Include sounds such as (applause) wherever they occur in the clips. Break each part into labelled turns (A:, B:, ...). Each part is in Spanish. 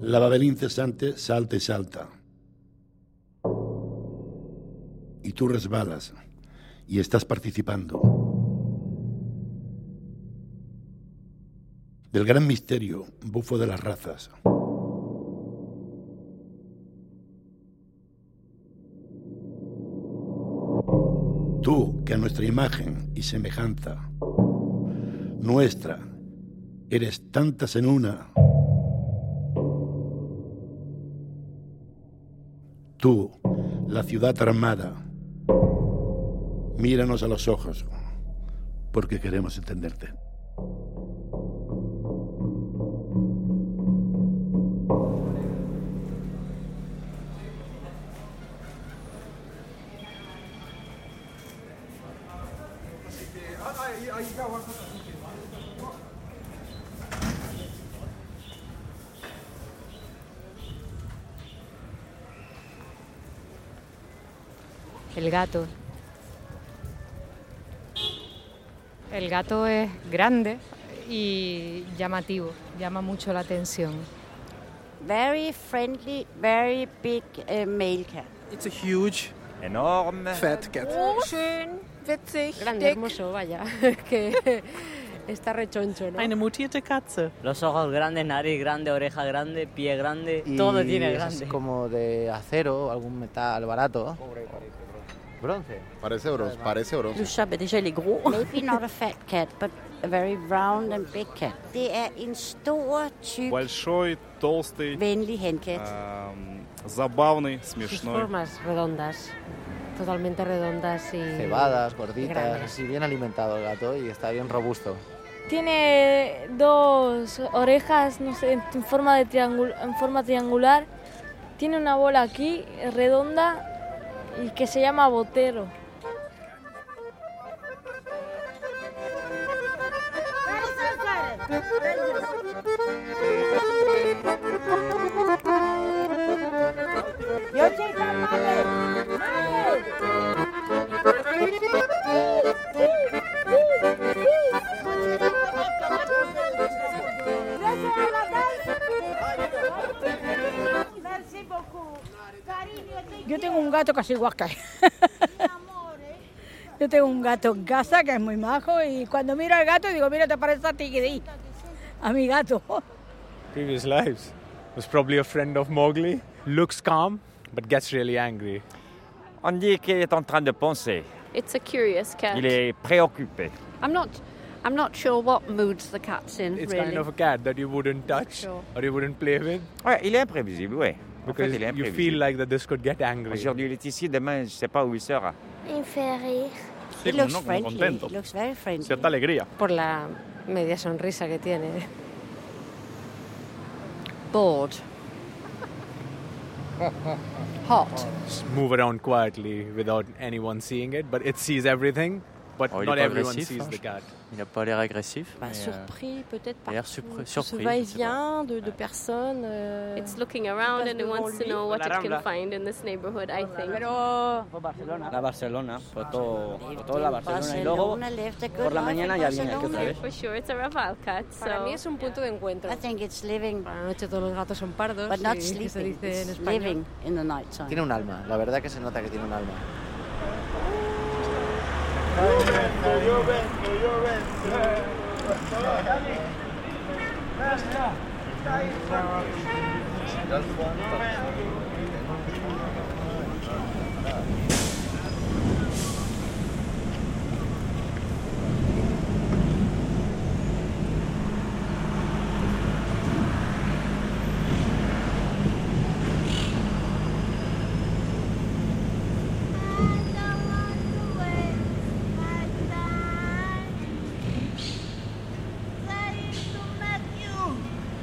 A: La Babel incesante salta y salta. Y tú resbalas y estás participando. del gran misterio, bufo de las razas. Tú, que a nuestra imagen y semejanza, nuestra, eres tantas en una. Tú, la ciudad armada, míranos a los ojos, porque queremos entenderte.
B: El gato. El gato es grande y llamativo, llama mucho la atención.
C: Very friendly, very big uh, male cat.
D: It's a huge,
E: Enorme.
D: fat cat.
F: Schön, witzig,
G: Grande,
F: dick.
G: hermoso, vaya. (laughs) que está rechoncho, ¿no?
H: Eine mutierte Katze.
I: Los ojos grandes, nariz grande, oreja grande, pie grande,
J: Y
I: todo tiene
J: es
I: grande.
J: como de acero, algún metal barato. bronce.
K: Parece bronce, parece bronce.
G: Lucha, déjà, il est gros.
C: Maybe not a fat cat, but a very round and big cat. Det er en stor, tyk,
L: Большой, толстый,
C: venlig hankat.
E: Euh,
L: эм, забавный,
G: Sus
L: смешной.
G: formas redondas, totalmente redondas y...
J: Cebadas, gorditas,
G: Grandes.
J: así bien alimentado el gato y está bien robusto.
F: Tiene dos orejas, no sé, en forma, de triangul- en forma triangular. Tiene una bola aquí, redonda, y que se llama botero.
M: Yo tengo un gato casi igual que él. Yo tengo un gato en casa que es muy majo y cuando miro al gato digo, mira, te parece a ti, Kiri". a mi gato.
N: previous lives. Was probably a friend of Mowgli. Looks calm, but gets really angry.
E: On dit qu'il est en train de penser.
O: It's a curious cat.
E: Il est préoccupé.
O: I'm not. I'm not sure what moods the cat's in.
N: It's
O: really.
N: kind of a cat that you wouldn't touch
O: Sure.
N: or you wouldn't play with
E: Ouais, il est imprévisible, oui. En fait,
N: because
E: il est
N: you feel
E: imprévisible.
N: like that this could get angry.
J: Pues
E: Aujourd'hui, il est ici, demain, je sais pas où il sera.
C: Il me fait rire.
L: Sí,
C: It
L: como
C: looks
L: no, como
C: friendly.
L: contento.
C: It looks very friendly.
L: Cierta alegría.
G: Por la media sonrisa que tiene.
O: bored. Hot.
N: Just move around quietly without anyone seeing it, but it sees everything, but
P: Oh, il est
N: not
P: pas
N: everyone
P: agressif,
N: sees
P: hein,
N: the
P: je-
N: cat.
P: Il n'a pas l'air agressif. mais, euh,
G: Surpris, peut-être,
P: Il a
G: par
P: l'air
G: tout-
P: surpre-
G: tout
P: surpris,
G: ce
P: je sais
G: va-et-vient de, de personnes. euh,
O: Eh, It's looking around and it
G: devant
O: wants to
G: lui.
O: know what
I: La
O: it can
I: Rambla.
O: find in this neighborhood. I think.
G: Pero...
I: La Barcelona, por todo, por toda la Barcelona. Y luego,
C: Barcelona left a good
I: por la
C: life in
I: mañana ya viene aquí otra
C: Barcelona.
I: vez.
O: For sure, it's a Raval cat. So.
G: Para mí es un punto de encuentro.
C: I think it's living,
G: Por la noche todos los gatos son pardos.
C: but not
G: y que Ah, se
C: sleeping.
G: dice en
C: It's
G: español.
C: living in the night time.
J: Tiene un alma, la verdad que se nota que tiene un alma.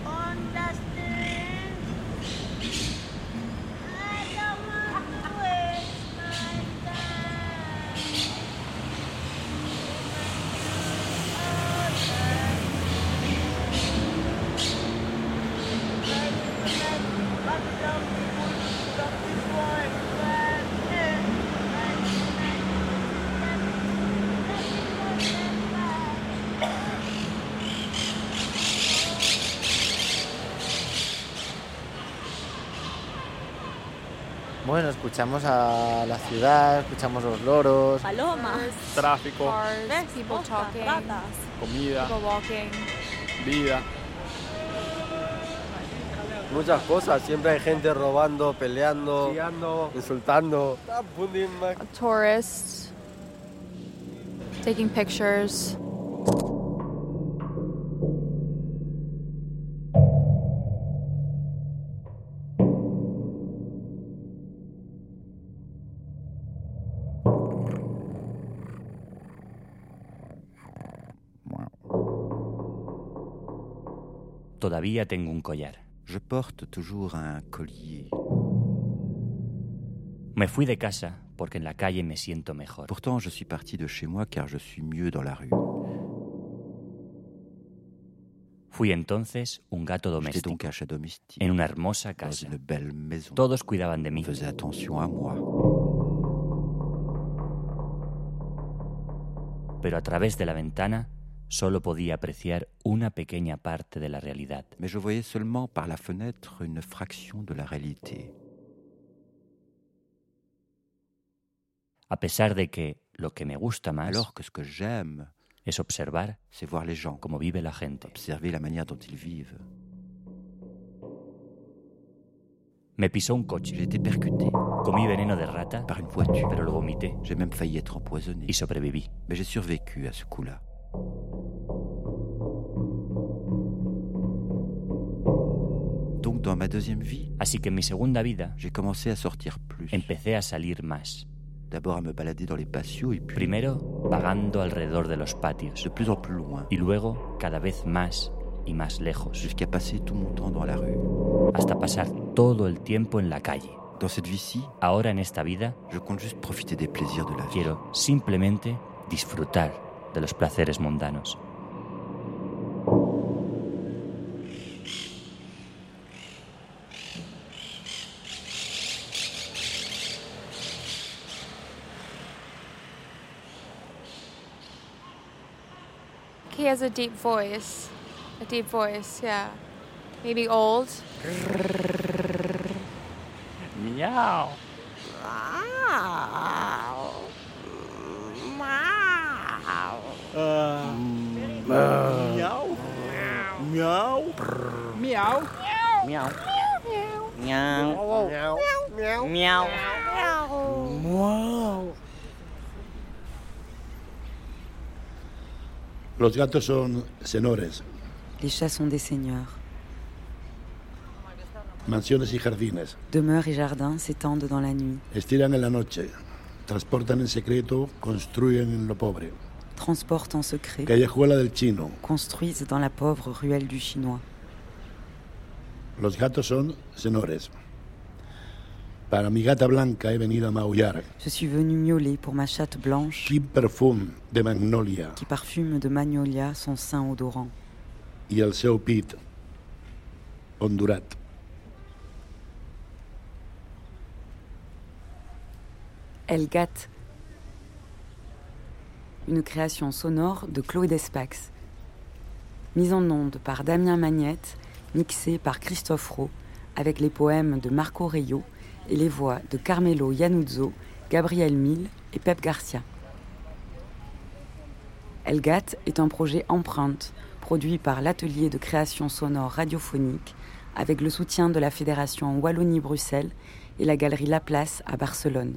M: Understand? I don't want to waste my
Q: Bueno, escuchamos a la ciudad, escuchamos los loros.
D: Palomas.
L: Tráfico,
D: Cars, people talking.
L: comida,
D: People walking.
L: vida.
H: Muchas cosas, siempre hay gente robando, peleando, insultando.
D: Tourists. Taking pictures.
E: Todavía tengo un collar.
J: Je porte toujours un collier.
E: Me fui de casa porque en la calle me siento mejor.
J: Pourtant, je suis parti de chez moi car je suis mieux dans la rue.
E: Fui entonces un gato
J: J'étais
E: doméstico
J: donc un chat domestique
E: en una hermosa
J: dans
E: casa.
J: une belle maison.
E: Todos cuidaban de mí.
J: Faisait attention à moi.
E: pero a través de la ventana solo podía apreciar una pequeña parte de la realidad.
J: Mais je voyais seulement par la fenêtre une fraction de la réalité.
E: A pesar de que lo que me gusta más
J: Alors que ce que j'aime,
E: es observar
J: c'est voir les gens,
E: cómo vive la gente.
J: observer la manière dont ils vivent.
E: Me pisó un coche,
J: J'ai été percuté
E: comí veneno de rata,
J: par une voiture.
E: pero lo vomité
J: J'ai même failli être empoisonné.
E: y sobreviví.
J: Mais j'ai survécu à ce coup-là. Donc dans ma deuxième vie,
E: Así que en mi segunda vida
J: j'ai commencé à sortir plus.
E: empecé a salir más.
J: D'abord à me balader dans les patios et puis
E: Primero vagando alrededor de los patios
J: de plus en plus loin,
E: y luego cada vez más y más lejos,
J: jusqu'à passer tout mon temps dans la rue.
E: hasta pasar todo el tiempo en la calle.
J: Dans cette vie-ci,
E: Ahora en esta vida
J: je compte juste profiter des plaisirs de la vie.
E: quiero simplemente disfrutar de los placeres mundanos.
D: He has a deep voice. A deep voice, yeah. Maybe old.
N: Meow.
M: Miau.
R: Miau. Miau. Miau.
A: Los gatos son senores,
I: Les chats sont des seigneurs.
A: mansiones y jardines.
I: Demeures et jardins s'étendent dans la nuit,
A: Estiran en la noche, transportan en secreto, construyen en lo pobre.
I: transportent en secret,
A: Callejuela del chino.
I: construisent dans la pauvre ruelle du Chinois.
A: Los gatos son senores. Para mi gata blanca he venido a maullar.
I: Je suis venu miauler pour ma chatte blanche
A: Kim Perfum de Magnolia
I: qui parfume de magnolia son sein odorant.
A: y el seu pit, Hondurat.
I: Elle gâte. Une création sonore de Claude Espax. Mise en onde par Damien Magnette, mixée par Christophe Rowe, avec les poèmes de Marco Reyo et les voix de Carmelo Iannuzzo, Gabriel Mille et Pep Garcia. Elle gâte est un projet empreinte, produit par l'atelier de création sonore radiophonique, avec le soutien de la Fédération Wallonie-Bruxelles et la Galerie Laplace à Barcelone.